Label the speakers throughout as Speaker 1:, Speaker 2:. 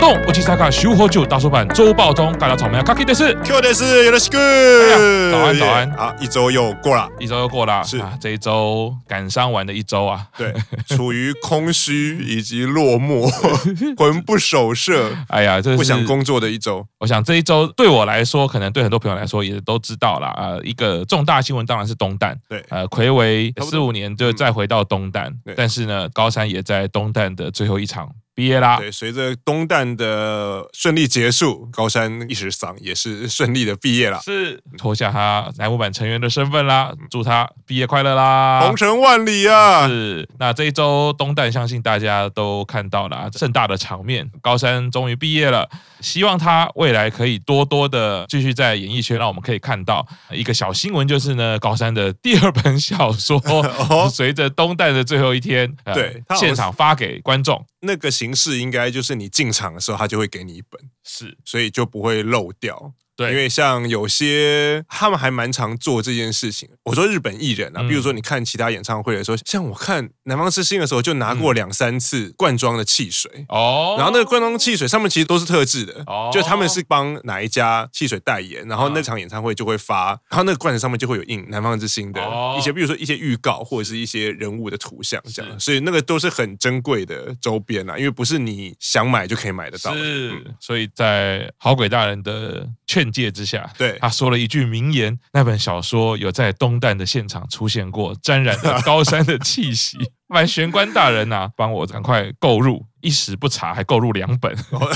Speaker 1: 动，我去查看修火酒大叔版周报中，大家草莓啊 Kaki 的是
Speaker 2: Q 的是有的是
Speaker 1: 哎呀
Speaker 2: good，
Speaker 1: 早安早安
Speaker 2: 好，一周又过了，
Speaker 1: 一周又过了，
Speaker 2: 是
Speaker 1: 啊，这一周赶上完的一周啊，
Speaker 2: 对，处于空虚以及落寞， 魂不 守舍，
Speaker 1: 哎呀，这是
Speaker 2: 不想工作的一周。
Speaker 1: 我想这一周对我来说，可能对很多朋友来说也都知道啦。呃，一个重大新闻当然是东蛋，
Speaker 2: 对
Speaker 1: 呃，魁违
Speaker 2: 差不
Speaker 1: 四
Speaker 2: 多嗯
Speaker 1: 五年就再回到东蛋
Speaker 2: 对，
Speaker 1: 但是呢，高山也在东蛋的最后一场毕业啦。
Speaker 2: 对，随着东旦的顺利结束，高山一时嗓也是顺利的毕业了，
Speaker 1: 是脱下他南木板成员的身份啦，祝他毕业快乐啦！
Speaker 2: 红尘万里啊！
Speaker 1: 是，那这一周东旦相信大家都看到了啊，盛大的场面，高山终于毕业了，希望他未来可以多多的继续在演艺圈，让我们可以看到一个小新闻，就是呢，高山的第二本小 说
Speaker 2: 哦，
Speaker 1: 随着东旦的最后一天，呃
Speaker 2: 对他好像
Speaker 1: 现场发给观众，
Speaker 2: 那个形式应该就是你进场的时候，他就会给你一本，
Speaker 1: 是
Speaker 2: 所以就不会漏掉。
Speaker 1: 对，
Speaker 2: 因为像有些他们还蛮常做这件事情。我说日本艺人啊，
Speaker 1: 嗯
Speaker 2: 比如说你看其他演唱会的时候，像我看南方之星的时候，就拿过两三次罐装的汽水。
Speaker 1: 嗯哦，
Speaker 2: 然后那个罐装汽水上面其实都是特制的，
Speaker 1: 哦
Speaker 2: 就他们是帮哪一家汽水代言，然后那
Speaker 1: 啊
Speaker 2: 场演唱会就会发，然后那个罐子上面就会有印南方之星的
Speaker 1: 哦
Speaker 2: 一些，比如说一些预告或者是一些人物的图像这样，
Speaker 1: 是
Speaker 2: 所以那个都是很珍贵的周边啊，因为不是你想买就可以买得到的。嗯
Speaker 1: 是，嗯所以在好鬼大人的劝诫之下，
Speaker 2: 对
Speaker 1: 他说了一句名言。那本小说有在东旦的现场出现过，沾染了高山的气息。蛮玄关大人呐、啊帮我赶快购入，一时不察还购入两本。
Speaker 2: 哦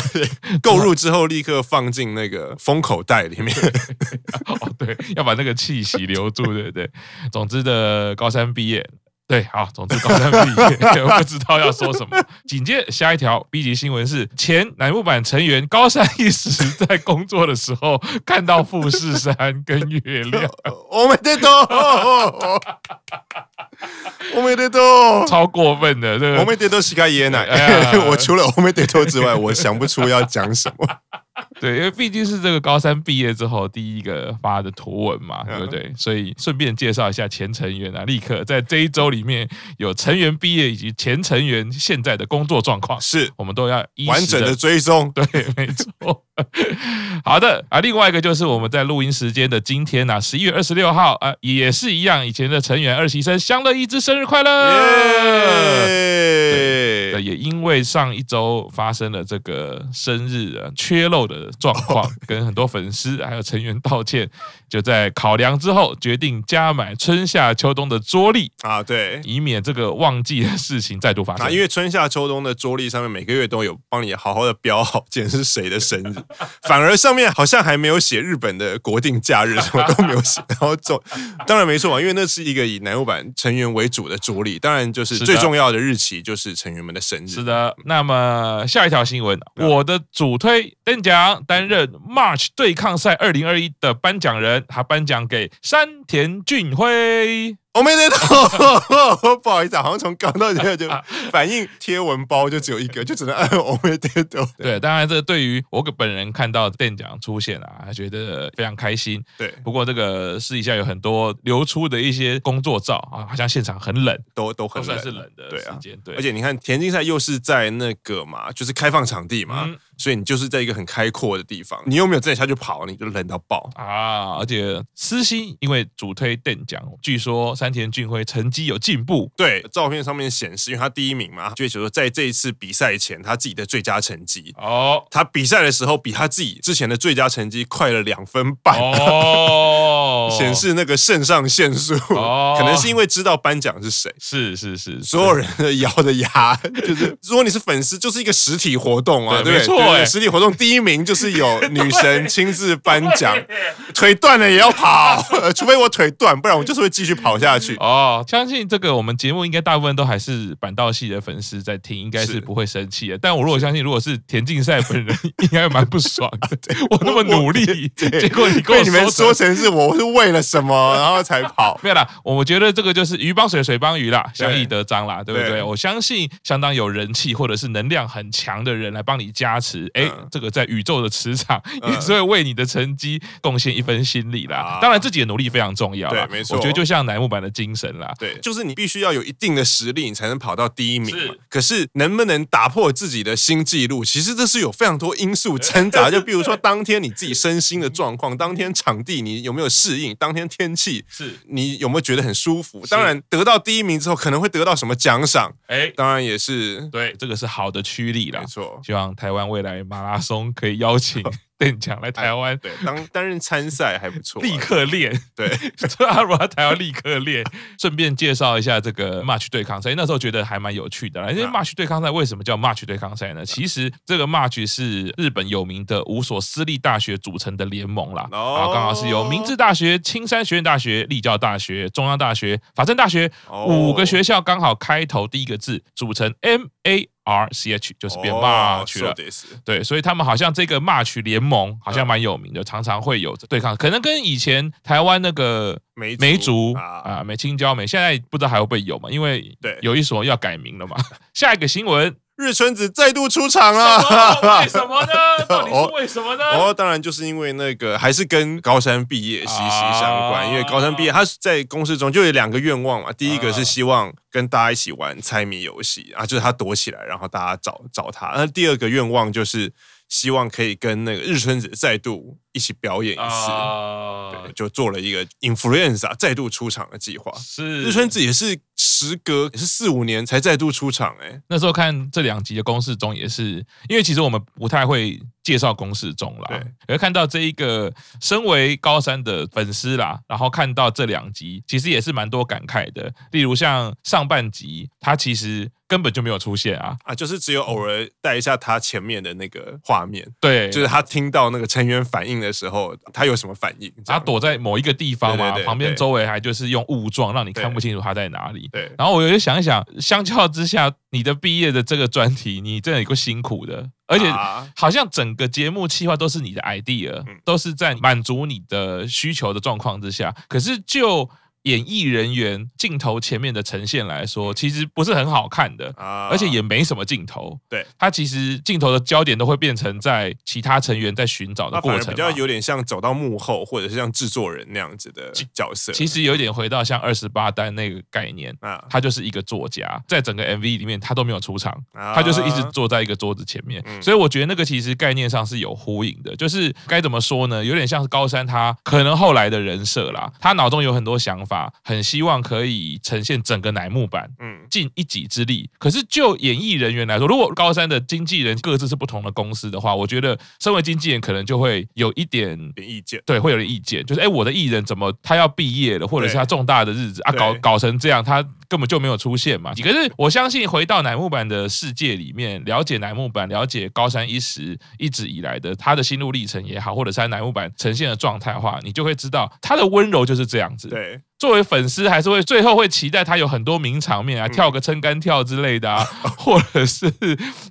Speaker 2: 购入之后立刻放进那个封口袋里面。
Speaker 1: 哦，对，要把那个气息留住，对不对？总之的，高三毕业。对，好，总之高三毕业， 我不知道要说什么。紧接下一条 B 级新闻是前乃木坂成员高山一时在工作的时候看到富士山跟月 亮，
Speaker 2: 我没得到， 我没得到。
Speaker 1: 超呃过分的，对不
Speaker 2: 我
Speaker 1: 对？
Speaker 2: 没得到西卡椰奶
Speaker 1: 哎呀，
Speaker 2: 我除了我没得到之外，我想不出要讲什 么。
Speaker 1: 对，因为毕竟是这个高三毕业之后第一个发的图文嘛，对不对？所以顺便介绍一下前成员啊，立刻在这一周里面有成员毕业以及前成员现在的工作状况。
Speaker 2: 是
Speaker 1: 我们都要依
Speaker 2: 完整的追踪，
Speaker 1: 对，没错。好的啊，另外一个就是我们在录音时间的今天呐、啊，十一月二十六号啊，也是一样，以前的成员二期生香乐一之生日快乐。
Speaker 2: 耶
Speaker 1: 对，！也因为上一周发生了这个生日、啊、缺漏的状况，跟很多粉丝还有成员道歉，就在考量之后决定加买春夏秋冬的桌历，
Speaker 2: 啊，对。
Speaker 1: 以免这个旺季的事情再度发生。
Speaker 2: 啊，因为春夏秋冬的桌历上面每个月都有帮你好好的标好，今天是谁的生日， 反而上面好像还没有写日本的国定假日，什 么都没有写。然后总当然没错嘛，因为那是一个以南欧版成员为主的桌历，当然就是
Speaker 1: 是的
Speaker 2: 最重要的日期就是成员们的生
Speaker 1: 是
Speaker 2: 日。
Speaker 1: 的，那么下一条新闻，
Speaker 2: 嗯
Speaker 1: 我的主推登奖担任 March 对抗赛二零二一的颁奖人，他颁奖给山田俊辉。
Speaker 2: 我哦没得到， 不好意思啊，好像从刚到现在就反应贴文包就只有一个，就只能按 我没得到。
Speaker 1: 对，当然这对于我本人看到邓奖出现啊，觉得非常开心。
Speaker 2: 对，
Speaker 1: 不过这个私底下有很多流出的一些工作照啊，好像现场很冷，
Speaker 2: 都
Speaker 1: 都
Speaker 2: 都很
Speaker 1: 算
Speaker 2: 冷，
Speaker 1: 是冷的
Speaker 2: 对
Speaker 1: 时
Speaker 2: 啊
Speaker 1: 间。对，
Speaker 2: 而且你看田径赛又是在那个嘛，就是开放场地嘛，
Speaker 1: 嗯
Speaker 2: 所以你就是在一个很开阔的地方，你又没有站下去跑，你就冷到爆。
Speaker 1: 啊，而且私心因为主推邓奖，据说山田俊辉成绩有进步，
Speaker 2: 对，照片上面显示，因为他第一名嘛，就会写说在这一次比赛前他自己的最佳成绩，
Speaker 1: 哦
Speaker 2: 他比赛的时候比他自己之前的最佳成绩快了两分半。，
Speaker 1: 哦
Speaker 2: 显示那个肾上腺素，
Speaker 1: 哦
Speaker 2: 可能是因为知道颁奖是谁，
Speaker 1: 是是是，
Speaker 2: 所有人的咬的 牙，就是如果你是粉丝，就是一个实体活动啊，
Speaker 1: 对
Speaker 2: 对不对
Speaker 1: 没错
Speaker 2: 对不对
Speaker 1: 哎
Speaker 2: 实体活动第一名就是有女神亲自颁 奖，腿断了也要跑， 呃除非我腿断，不然我就是会继续跑下去。
Speaker 1: 哦，相信这个我们节目应该大部分都还是板道系的粉丝在听，应该
Speaker 2: 是
Speaker 1: 是不会生气的。但我如果相信，如果是田径赛本 人，应该蛮不爽的。我那么努力，结果你跟
Speaker 2: 被
Speaker 1: 我
Speaker 2: 你们说
Speaker 1: 说成
Speaker 2: 成是我是为为了 什么，然后才跑。
Speaker 1: 没有啦，我觉得这个就是鱼帮水，水帮鱼啦，相易得彰啦，对不对？
Speaker 2: 对
Speaker 1: 我相信相当有人气或者是能量很强的人来帮你加持，哎、
Speaker 2: 嗯
Speaker 1: 这个在宇宙的磁场、
Speaker 2: 嗯
Speaker 1: 也是会为你的成绩贡献一份心力啦。
Speaker 2: 啊
Speaker 1: 当然，自己的努力非常重要啦，
Speaker 2: 对没错
Speaker 1: 我觉得就像乃木坂的精神啦，
Speaker 2: 对，就是你必须要有一定的实力，你才能跑到第一名嘛
Speaker 1: 是。
Speaker 2: 可是能不能打破自己的新纪录，其实这是有非常多 因素掺杂。就比如说当天你自己身心的状况，当天场地你有没有适应，当天天气
Speaker 1: 是，
Speaker 2: 你有没有觉得很舒服。
Speaker 1: 是
Speaker 2: 当然，得到第一名之后可能会得到什么奖赏，
Speaker 1: 哎、
Speaker 2: 当然也是
Speaker 1: 对，这个是好的驱力啦
Speaker 2: 没。错。
Speaker 1: 希望台湾未来马拉松可以邀 请邓强来台湾，
Speaker 2: 对，当担任参赛还不错 啊、
Speaker 1: 立刻练。
Speaker 2: 对，
Speaker 1: 对啊，如果他要立刻 练，顺便介绍一下这个 match 对抗赛，那时候觉得还蛮有趣的啦。因为
Speaker 2: 啊嗯
Speaker 1: match 对抗赛为什么叫 match 对抗赛呢？其实这个 match 是日本有名的五所私立大学组成的联盟啦，然啊
Speaker 2: 哦
Speaker 1: 后刚好是由明治大学、青山学院大学、立教大学、中央大学、法政大学
Speaker 2: 哦
Speaker 1: 五个学校刚好开头第一个字组成 M A R C H，就是变 match 了
Speaker 2: 哦。，so this
Speaker 1: 对，所以他们好像这个 match 联盟好
Speaker 2: 嗯
Speaker 1: 像蛮有名的，常常会有对抗，可能跟以前台湾那个
Speaker 2: 梅
Speaker 1: 梅竹
Speaker 2: 啊，
Speaker 1: 啊、美青椒美，现在不知道还会不会有嘛？因为
Speaker 2: 对
Speaker 1: 有一所要改名了嘛。下一个新 闻，
Speaker 2: 日春子再度出场
Speaker 1: 什么
Speaker 2: 了
Speaker 1: 为。什么 呢？到底是为什么呢？
Speaker 2: 哦， 当然就是因为那个还是跟高三毕业息息相关，
Speaker 1: 啊
Speaker 2: 因为高三毕业他是在公司中就有两个愿望嘛，第一个是希望跟大家一起玩猜谜游戏啊，就是他躲起来，然后大家找找他。那第二个愿望就是希望可以跟那个日春子再度一起表演一次，
Speaker 1: 啊
Speaker 2: 对，就做了一个 influenza 再度出场的计划。
Speaker 1: 是
Speaker 2: 日春子也是时隔也是四五年才再度出场、哎，
Speaker 1: 那时候看这两集的公式中也是，因为其实我们不太会介绍公式中啦
Speaker 2: 对，
Speaker 1: 而看到这一个身为高三的粉丝啦，然后看到这两集，其实也是蛮多感慨的。例如像上半集，他其实根本就没有出现啊，
Speaker 2: 啊，就是只有偶尔带一下他前面的那个画面，
Speaker 1: 对，
Speaker 2: 就是他听到那个成员反应的时候，他有什么反应？这
Speaker 1: 他
Speaker 2: 样
Speaker 1: 躲在某一个地方嘛，
Speaker 2: 对对对
Speaker 1: 旁边
Speaker 2: 对
Speaker 1: 周围还就是用雾状让你看
Speaker 2: 对
Speaker 1: 不清楚他在哪里。
Speaker 2: 对，
Speaker 1: 然后我就想一想，相较之下，你的毕业的这个专题，你真的有够辛苦的，而且
Speaker 2: 啊
Speaker 1: 好像整个节目企划都是你的 idea，、
Speaker 2: 嗯
Speaker 1: 都是在满足你的需求的状况之下。可是就演艺人员镜头前面的呈现来说，其实不是很好看的。
Speaker 2: 嗯啊
Speaker 1: 而且也没什么镜头，
Speaker 2: 对，
Speaker 1: 它其实镜头的焦点都会变成在其他成员在寻找的
Speaker 2: 那
Speaker 1: 过
Speaker 2: 反而
Speaker 1: 程嘛，啊
Speaker 2: 比较有点像走到幕后，或者是像制作人那样子的角色。
Speaker 1: 其实有点回到像二十八单那个概念，
Speaker 2: 啊，
Speaker 1: 他就是一个作家，在整个 MV 里面他都没有出场，
Speaker 2: 啊
Speaker 1: 他就是一直坐在一个桌子前面，
Speaker 2: 嗯
Speaker 1: 所以我觉得那个其实概念上是有呼应的，就是该怎么说呢？有点像是高山他可能后来的人设啦，他脑中有很多想法，很希望可以呈现整个乃木坂。
Speaker 2: 嗯
Speaker 1: 尽一己之力，可是就演艺人员来说，如果高山的经纪人各自是不同的公司的话，我觉得身为经纪人可能就会有一点
Speaker 2: 点意见。
Speaker 1: 对，会有点意见，就是哎，诶我的艺人怎么他要毕业了，或者是
Speaker 2: 对
Speaker 1: 他重大的日子啊，
Speaker 2: 对
Speaker 1: 搞搞成这样，他根本就没有出现嘛。可是我相信，回到乃木坂的世界里面，了解乃木坂，了解高山一时一直以来的他的心路历程也好，或者是他乃木坂呈现的状态的话，你就会知道他的温柔就是这样子。，
Speaker 2: 对，
Speaker 1: 作为粉丝还是会最后会期待他有很多名场
Speaker 2: 嗯
Speaker 1: 面啊，跳个撑杆跳之类的 啊，或者是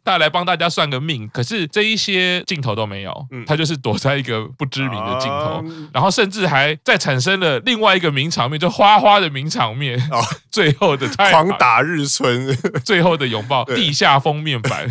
Speaker 1: 他来帮大家算个命。可是这一些镜头都没有，
Speaker 2: 嗯
Speaker 1: 他就是躲在一个不知名的镜头。
Speaker 2: 啊
Speaker 1: 然后甚至还再产生了另外一个名场面，就花花的名场面，
Speaker 2: 哦
Speaker 1: 最后的太
Speaker 2: 狂，打日村，
Speaker 1: 最后的拥抱，
Speaker 2: 对
Speaker 1: 地下封面版，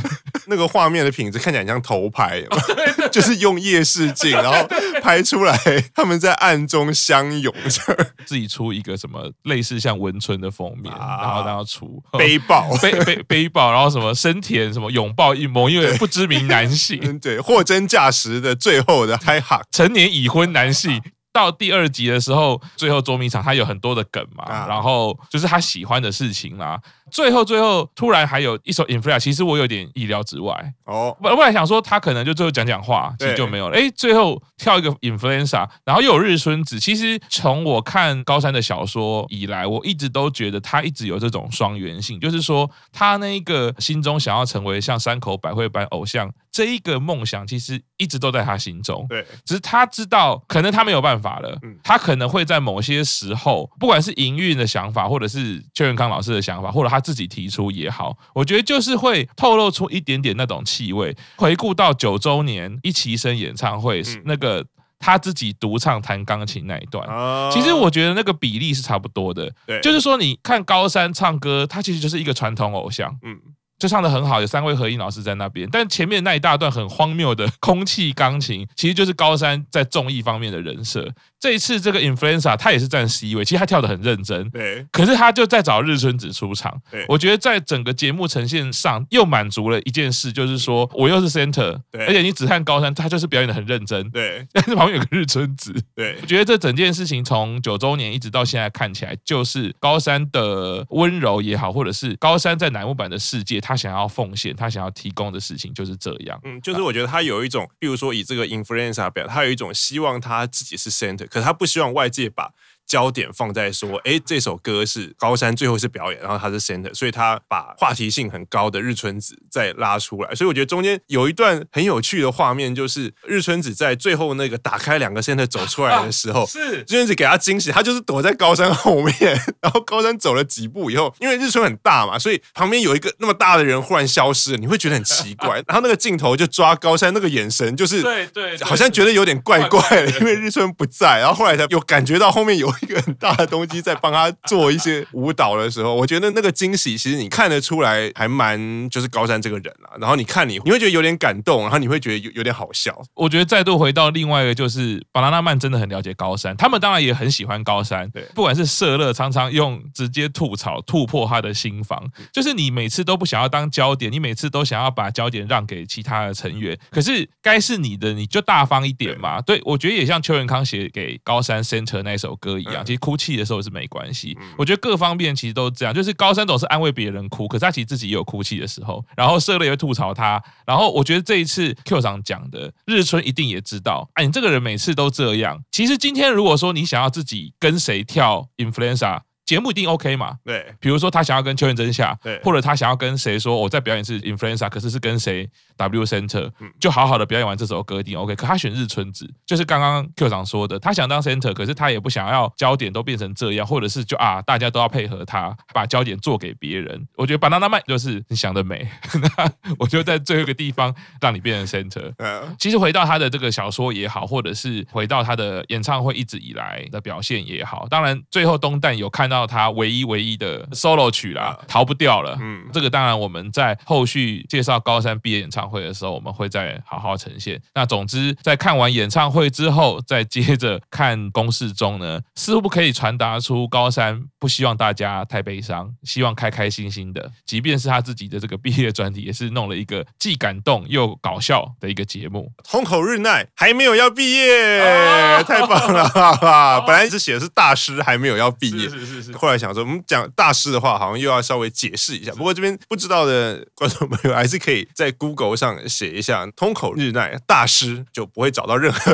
Speaker 2: 那个画面的品质看起来很像头 拍， 就是用夜视镜，然后拍出来他们在暗中相 拥，这样
Speaker 1: 自己出一个什么类似像文春的封面，
Speaker 2: 啊
Speaker 1: 然后然后出
Speaker 2: 背抱。
Speaker 1: 背背背抱，然后什么深田什么拥抱一某一位不知名男性，
Speaker 2: 嗯，对，货真价实的最后的 high hug
Speaker 1: 成年已婚男性。到第二集的时候，最后捉迷藏，他有很多的梗嘛，
Speaker 2: 啊
Speaker 1: 然后就是他喜欢的事情啦。最后最后突然还有一首《Infla》，其实我有点意料之外，
Speaker 2: 哦，
Speaker 1: 本本来想说他可能就最后讲讲话，其
Speaker 2: 对
Speaker 1: 实就没有了。哎，最后跳一个 influenza，然后又有日孙子。其实从我看高山的小说以来，我一直都觉得他一直有这种双元性，就是说他那一个心中想要成为像山口百惠般偶像这一个梦想，其实一直都在他心中。
Speaker 2: 对，
Speaker 1: 只是他知道，可能他没有办法了，
Speaker 2: 嗯
Speaker 1: 他可能会在某些时候，不管是营运的想法，或者是邱元康老师的想法，或者他自己提出也好，我觉得就是会透露出一点点那种气味。回顾到九周年一期生演唱会、
Speaker 2: 嗯
Speaker 1: 那个。他自己独唱弹钢琴那一段。
Speaker 2: 啊
Speaker 1: 其实我觉得那个比例是差不多的，
Speaker 2: 对
Speaker 1: 就是说你看高山唱歌，他其实就是一个传统偶像，
Speaker 2: 嗯，
Speaker 1: 就唱的很好，有三位合音老师在那边，但前面那一大段很荒谬的 空气钢琴，其实就是高山在综艺方面的人设。这一次这个 influenza 他也是占 C 位，其实他跳的很认真，
Speaker 2: 对
Speaker 1: 可是他就在找日村子出场
Speaker 2: 对。
Speaker 1: 我觉得在整个节目呈现上又满足了一件事，就是说我又是 center，
Speaker 2: 对
Speaker 1: 而且你只看高山，他就是表演的很认真，
Speaker 2: 对
Speaker 1: 但是旁边有个日村子。
Speaker 2: 对
Speaker 1: 我，觉得这整件事情从九周年一直到现在看起来，就是高山的温柔也好，或者是高山在乃木坂的世界，他想要奉献，他想要提供的事情就是这样。
Speaker 2: 嗯，就是我觉得他有一种，比如说以这个 influencer 表，他有一种希望他自己是 center，可是他不希望外界把焦点放在说，哎，这首歌是高山最后是表演，然后他是 center，所以他把话题性很高的日村子再拉出来。所以我觉得中间有一段很有趣的画面，就是日村子在最后那个打开两个 center 走出来 的时候，
Speaker 1: 是
Speaker 2: 日村子给他惊喜，他就是躲在高山后面，然后高山走了几步以后，因为日村很大嘛，所以旁边有一个那么大的人忽然消失了，你会觉得很奇怪。然后那个镜头就抓高山那个眼神，就是
Speaker 1: 对对对
Speaker 2: 好像觉得有点怪怪
Speaker 1: 怪
Speaker 2: 的，
Speaker 1: 怪的
Speaker 2: 因为日村不在。然后后来才有感觉到后面有一个很大的东西在帮他做一些舞蹈的时候，我觉得那个惊喜其实你看得出来，还蛮就是高山这个人啊。然后你看你，你会觉得有点感动，然后你会觉得有有点好笑。
Speaker 1: 我觉得再度回到另外一个，就是巴拿纳曼真的很了解高山，他们当然也很喜欢高山。
Speaker 2: 对
Speaker 1: 不管是社乐常常用直接吐槽突破他的心防，就是你每次都不想要当焦点，你每次都想要把焦点让给其他的成员，可是该是你的你就大方一点嘛。对我觉得也像邱元康写给高山 Center 那首歌一样，
Speaker 2: 嗯
Speaker 1: 其实哭泣的时候是没关系。我觉得各方面其实都这样，就是高山总是安慰别人哭，可是他其实自己也有哭泣的时候，然后社乐也会吐槽他，然后我觉得这一次 Q 长讲的，日村一定也知道，哎，你这个人每次都这样。其实今天如果说你想要自己跟谁跳 Influenza，节目一定 OK 嘛。
Speaker 2: 对
Speaker 1: 比如说他想要跟秋元真夏
Speaker 2: 对，
Speaker 1: 或者他想要跟谁说我在表演是 Influenza，可是是跟谁 W Center，
Speaker 2: 嗯
Speaker 1: 就好好的表演完这首歌一定 OK。可他选日村子，就是刚刚 Q 长说的，他想当 Center，可是他也不想要焦点都变成这样，或者是就啊大家都要配合他，把焦点做给别人。我觉得 Banana Man 就是你想得美， 那我就在最后一个地方让你变成 Center。
Speaker 2: 嗯，
Speaker 1: 其实回到他的这个小说也好，或者是回到他的演唱会一直以来的表现也好，当然最后东旦有看到他唯一唯一的 solo 曲啦，逃不掉了。
Speaker 2: 嗯
Speaker 1: 嗯，这个当然我们在后续介绍高山毕业演唱会的时候，我们会再好好呈现。那总之，在看完演唱会之后，再接着看公式中呢，似乎可以传达出高山不希望大家太悲伤，希望开开心心的。即便是他自己的这个毕业专题，也是弄了一个既感动又搞笑的一个节目。
Speaker 2: 通口日奈还没有要毕业，
Speaker 1: 哦
Speaker 2: 太棒了！哈哈本来是写的是大师还没有要毕业，
Speaker 1: 是是是
Speaker 2: 后来想说，我们讲大师的话，好像又要稍微解释一下。不过这边不知道的观众朋友，还是可以在 Google 上写一下“通口日奈大师”，就不会找到任何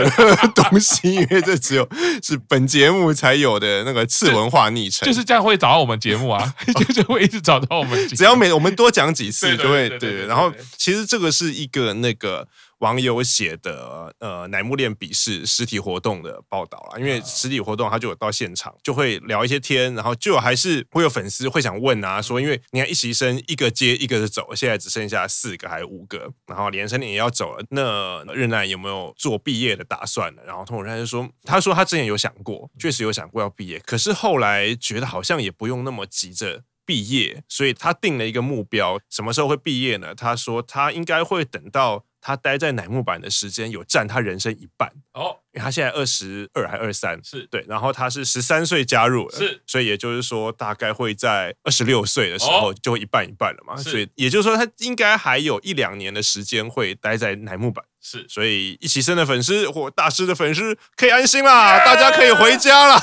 Speaker 2: 东西，因为这只有是本节目才有的那个次文化昵称。
Speaker 1: 就是这样会找到我们节目 啊，就是会一直找到我们节目。
Speaker 2: 只要每我们多讲几次，
Speaker 1: 对对
Speaker 2: 就
Speaker 1: 对
Speaker 2: 会
Speaker 1: 对对
Speaker 2: 对。
Speaker 1: 对
Speaker 2: 然后
Speaker 1: 对
Speaker 2: 其实这个是一个那个网友写的呃乃木恋鄙视实体活动的报道啦，因
Speaker 1: 啊
Speaker 2: 为实体活动他就有到现场，就会聊一些天，然后就有还是会有粉丝会想问啊，说因为你看一席生一个接一个的走，现在只剩下四个还是五个，然后连生也要走了，那日奈有没有做毕业的打算呢？然后通他就说，他说他之前有想过，确实有想过要毕业，可是后来觉得好像也不用那么急着毕业，所以他定了一个目标，什么时候会毕业呢？他说他应该会等到他待在乃木坂的时间有占他人生一半，
Speaker 1: 哦，
Speaker 2: 因为他现在二十二还二三，
Speaker 1: 是
Speaker 2: 对，然后他是十三岁加入了，
Speaker 1: 是，
Speaker 2: 所以也就是说大概会在二十六岁的时候就会一半一半了嘛，
Speaker 1: 哦是
Speaker 2: 所以也就是说他应该还有一两年的时间会待在乃木坂。
Speaker 1: 是
Speaker 2: 所以一起生的粉丝或大师的粉丝可以安 心啦，大家可以回家啦。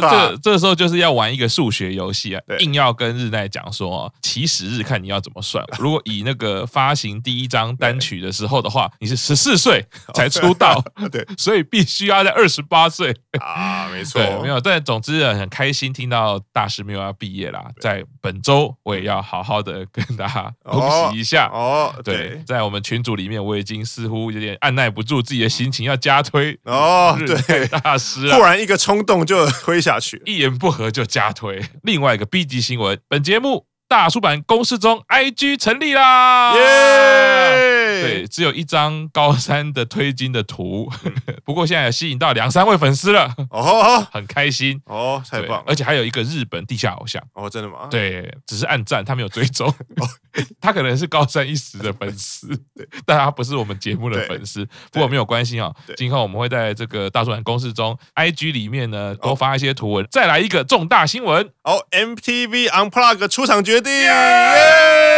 Speaker 1: 这 这这时候就是要玩一个数学游戏啊
Speaker 2: 啊对，
Speaker 1: 硬要跟日奈讲说哦，起始日看你要怎么 算。如果以那个发行第一张单曲的时候的话，你是十四岁
Speaker 2: 哦
Speaker 1: 才出 道，
Speaker 2: 对
Speaker 1: 所以必须要在二十八岁。
Speaker 2: 啊，没错，
Speaker 1: 对，没有，但总之呃很开心听到大师没有要毕业啦，在本周我也要好好的跟大家恭喜一下。
Speaker 2: 哦，
Speaker 1: 对
Speaker 2: 对，，
Speaker 1: 在我们群组里面，我已经似乎有点按耐不住自己的心情，要加推
Speaker 2: 哦，
Speaker 1: 日
Speaker 2: 对，
Speaker 1: 大师啊
Speaker 2: 忽，然一个冲动就推下去了。
Speaker 1: 一言不合就加推。另外一个 B 级新闻，本节目大出版公式中 IG 成立啦，
Speaker 2: 耶！
Speaker 1: 啊对，只有一张高三的推金的图，
Speaker 2: 嗯
Speaker 1: 不过现在也吸引到两三位粉丝了，
Speaker 2: 哦
Speaker 1: 很开心。
Speaker 2: 哦，太
Speaker 1: 对
Speaker 2: 棒了！
Speaker 1: 而且还有一个日本地下偶像，
Speaker 2: 哦，真的吗？，
Speaker 1: 对，只是暗赞，他没有追 踪，他可能是高山一时的粉丝，但他不是我们节目的粉丝。不过没有关系啊、
Speaker 2: 对
Speaker 1: 今后我们会在这个大主管公式中，IG 里面呢多发一些图文。再来一个重大新闻，
Speaker 2: 哦，MTV Unplug 出场决定，耶！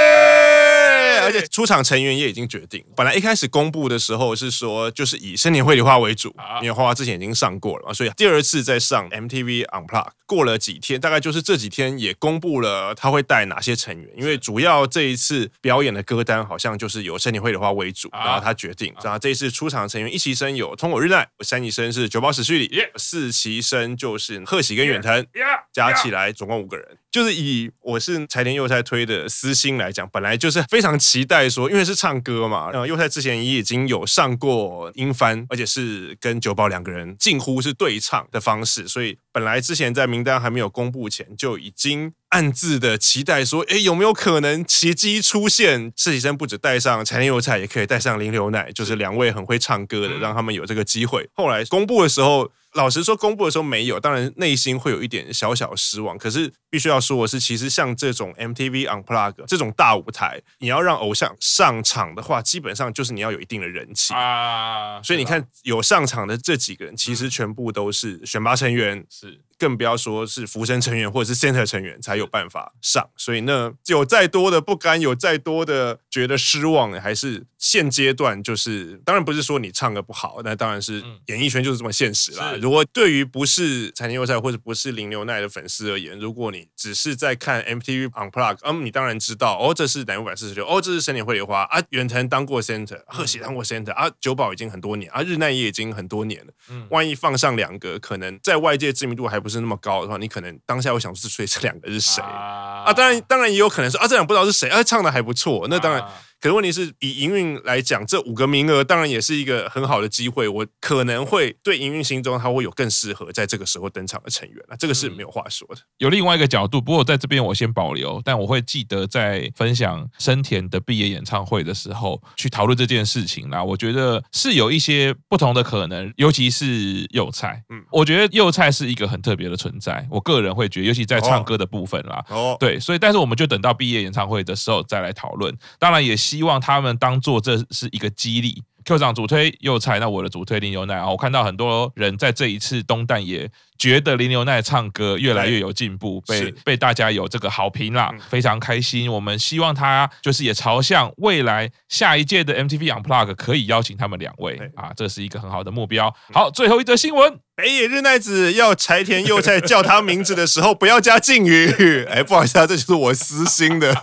Speaker 2: 而且出场成员也已经决定。本来一开始公布的时候是说，就是以生田绘梨花为主
Speaker 1: 啊，
Speaker 2: 因为花花之前已经上过了嘛，所以第二次再上 MTV Unplug。过了几天，大概就是这几天也公布了他会带哪些成员，因为主要这一次表演的歌单好像就是由生田绘梨花为主，
Speaker 1: 啊
Speaker 2: 然后他决定，然后这一次出场成员一齐生有通口日奈、山崎生是久保史绪里
Speaker 1: Yeah，
Speaker 2: 四崎生就是贺喜跟远藤。加起来总共五个人。就是以我是柴田佑太推的私心来讲，本来就是非常期待说，因为是唱歌嘛，呃，佑太之前也已经有上过英翻，而且是跟九保两个人近乎是对唱的方式，所以本来之前在名单还没有公布前就已经。暗自的期待说，诶，有没有可能奇迹出现？实习生不止带上柴田佑菜，也可以带上林流奶，就是两位很会唱歌的，
Speaker 1: 嗯
Speaker 2: 让他们有这个机会。后来公布的时候，老实说，公布的时候没有，当然内心会有一点小小失望。可是必须要说的是，其实像这种 MTV Unplug 这种大舞台，你要让偶像上场的话，基本上就是你要有一定的人气。
Speaker 1: 啊！
Speaker 2: 所以你看，有上场的这几个人，其实全部都是选拔成员，
Speaker 1: 是
Speaker 2: 更不要说是服生成员或者是 center 成员才有办法上。所以呢，有再多的不甘，有再多的觉得失望，还是现阶段就是，当然不是说你唱的不好，那当然是
Speaker 1: 嗯
Speaker 2: 演艺圈就是这么现实啦
Speaker 1: 是。
Speaker 2: 如果对于不是柴田佑菜或者不是林牛奈的粉丝而言，如果你只是在看 MTV Unplug，嗯，你当然知道哦，这是南木坂四十六，哦，这是神田惠梨花啊，远藤当过 center，贺
Speaker 1: 嗯
Speaker 2: 喜当过 center 啊，久保已经很多年啊，日奈也已经很多年了。
Speaker 1: 嗯
Speaker 2: 万一放上两个，可能在外界知名度还不是那么高的话，你可能当下会想说，所以这两个是谁？
Speaker 1: 啊
Speaker 2: 啊，当然，当然也有可能说啊，这两个不知道是谁，啊，唱的还不错，那当然。
Speaker 1: 啊
Speaker 2: 可是问题是以营运来讲，这五个名额当然也是一个很好的机会，我可能会对营运心中他会有更适合在这个时候登场的成员啊，这个是没有话说的。
Speaker 1: 有另外一个角度，不过在这边我先保留，但我会记得在分享生田的毕业演唱会的时候去讨论这件事情啦。我觉得是有一些不同的可能，尤其是幼菜，嗯
Speaker 2: 嗯，
Speaker 1: 我觉得幼菜是一个很特别的存在，我个人会觉得，尤其在唱
Speaker 2: 哦
Speaker 1: 歌的部分啦，
Speaker 2: 哦，
Speaker 1: 对，所以但是我们就等到毕业演唱会的时候再来讨论。当然也希望他们当做这是一个激励。Q 长主推右菜，那我的主推林牛奈啊！我看到很多人在这一次东旦也觉得林牛奈唱歌越来越有进步，被
Speaker 2: 是
Speaker 1: 被大家有这个好评啦
Speaker 2: 嗯，
Speaker 1: 非常开心。我们希望他就是也朝向未来下一届的 MTV Unplug 可以邀请他们两位
Speaker 2: 对
Speaker 1: 啊，这是一个很好的目标。好，最后一则新闻，
Speaker 2: 北野日奈子要柴田佑菜叫他名字的时候，不要加敬语。哎，不好意思啊，这就是我私心的，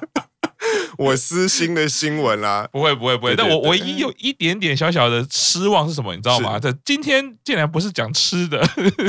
Speaker 2: 我私心的新闻啦、
Speaker 1: 不会不会不会，
Speaker 2: 对
Speaker 1: 但
Speaker 2: 对
Speaker 1: 我
Speaker 2: 对
Speaker 1: 唯一有一点点小小的失望是什么？你知道吗？这今天竟然不是讲吃的，
Speaker 2: 哦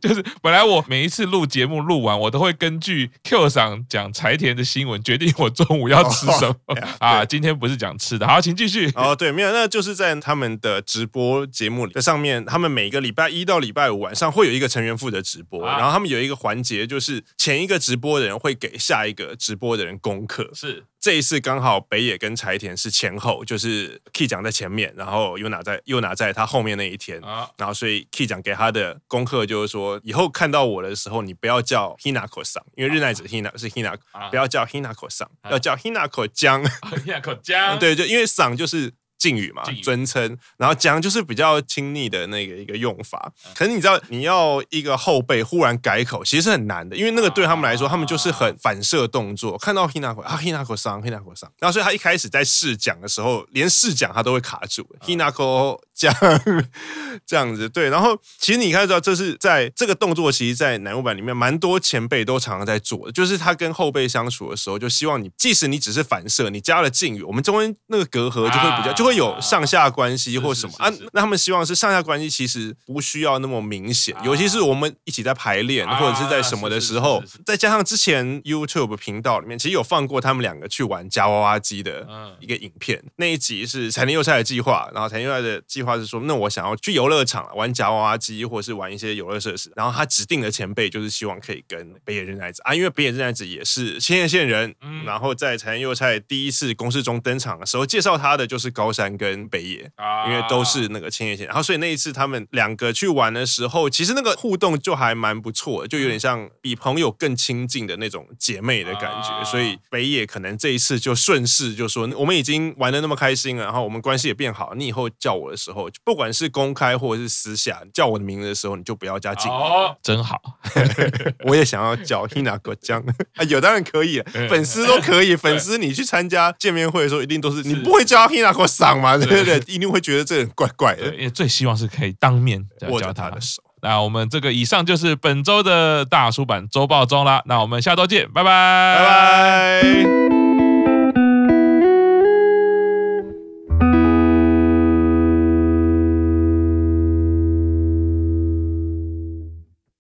Speaker 1: 就是本来我每一次录节目录完，我都会根据 Q 上讲柴田的新闻决定我中午要吃什么、
Speaker 2: 哦哎呀
Speaker 1: 啊。今天不是讲吃的，好，请继续。
Speaker 2: 哦，对，没有，那就是在他们的直播节目里，在上面，他们每个礼拜一到礼拜五晚上会有一个成员负责直播，
Speaker 1: 啊
Speaker 2: 然后他们有一个环节，就是前一个直播的人会给下一个直播的人功课。
Speaker 1: 是
Speaker 2: 这一次刚好北野跟柴田是前后，就是 Key 讲在前面，然后又拿在又拿在他后面那一天。
Speaker 1: 啊，
Speaker 2: 然后，所以 Key 讲给他的功课就是说，以后看到我的时候，你不要叫 Hinako 桑，因为日奈子 Hina 是 Hinako，、
Speaker 1: 啊
Speaker 2: 不要叫 Hinako 桑，
Speaker 1: 啊
Speaker 2: 要叫 Hinako 江。
Speaker 1: 一口姜，
Speaker 2: 嗯对，就因为赏就是敬语嘛
Speaker 1: 啊敬语，
Speaker 2: 尊称，然后讲就是比较亲昵的那个一个用法。
Speaker 1: 嗯
Speaker 2: 可是你知道，你要一个后辈忽然改口，其实是很难的，因为那个对他们来说，
Speaker 1: 啊
Speaker 2: 他们就是很反射动作，看到 Hinako 啊 Hinako 上 Hinako 上，然后所以他一开始在试讲的时候，连试讲他都会卡
Speaker 1: 啊
Speaker 2: 住 Hinako 讲这样子。对，然后其实你看得到，这是在这个动作，其实，在南木版里面蛮多前辈都常常在做的，就是他跟后辈相处的时候，就希望你，即使你只是反射，你加了敬语，我们中间那个隔阂就会比较，
Speaker 1: 啊
Speaker 2: 就会有上下关系或什么
Speaker 1: 是是
Speaker 2: 啊
Speaker 1: 是是。
Speaker 2: 那他们希望是上下关系，其实不需要那么明显
Speaker 1: 啊，
Speaker 2: 尤其是我们一起在排练
Speaker 1: 啊
Speaker 2: 或者是在什么的时候
Speaker 1: 是是是是，
Speaker 2: 再加上之前 YouTube 频道里面，其实有放过他们两个去玩夹娃娃机的
Speaker 1: 嗯
Speaker 2: 一个影片，那一集是柴田佑菜的计划，然后柴田佑菜的计划。划是说，那我想要去游乐场玩夹娃娃机，或是玩一些游乐设施。然后他指定的前辈就是希望可以跟北野任奈子啊，因为北野任奈子也是千叶县人，
Speaker 1: 嗯
Speaker 2: 然后在柴田佑菜第一次公示中登场的时候，介绍他的就是高山跟北野。
Speaker 1: 啊
Speaker 2: 因为都是那个千叶县，然后所以那一次他们两个去玩的时候，其实那个互动就还蛮不错的，就有
Speaker 1: 嗯
Speaker 2: 点像比朋友更亲近的那种姐妹的感觉。
Speaker 1: 啊
Speaker 2: 所以北野可能这一次就顺势就说，我们已经玩的那么开心了，然后我们关系也变好，你以后叫我的时候，不管是公开或者是私下叫我的名字的时候，你就不要加敬。
Speaker 1: 哦，真好，
Speaker 2: 我也想要 叫 Hina 哥江啊，有当然可以了，
Speaker 1: 嗯
Speaker 2: 粉丝都可以，粉丝你去参加见面会的时候，一定都是你不会叫 Hina 哥桑嘛，对不对？一定会觉得这个人怪怪的
Speaker 1: 对。也最希望是可以当面
Speaker 2: 握
Speaker 1: 教
Speaker 2: 着
Speaker 1: 他
Speaker 2: 他的手。
Speaker 1: 那我们这个以上就是本周的大叔版周报中啦，那我们下周见，拜拜，
Speaker 2: 拜拜。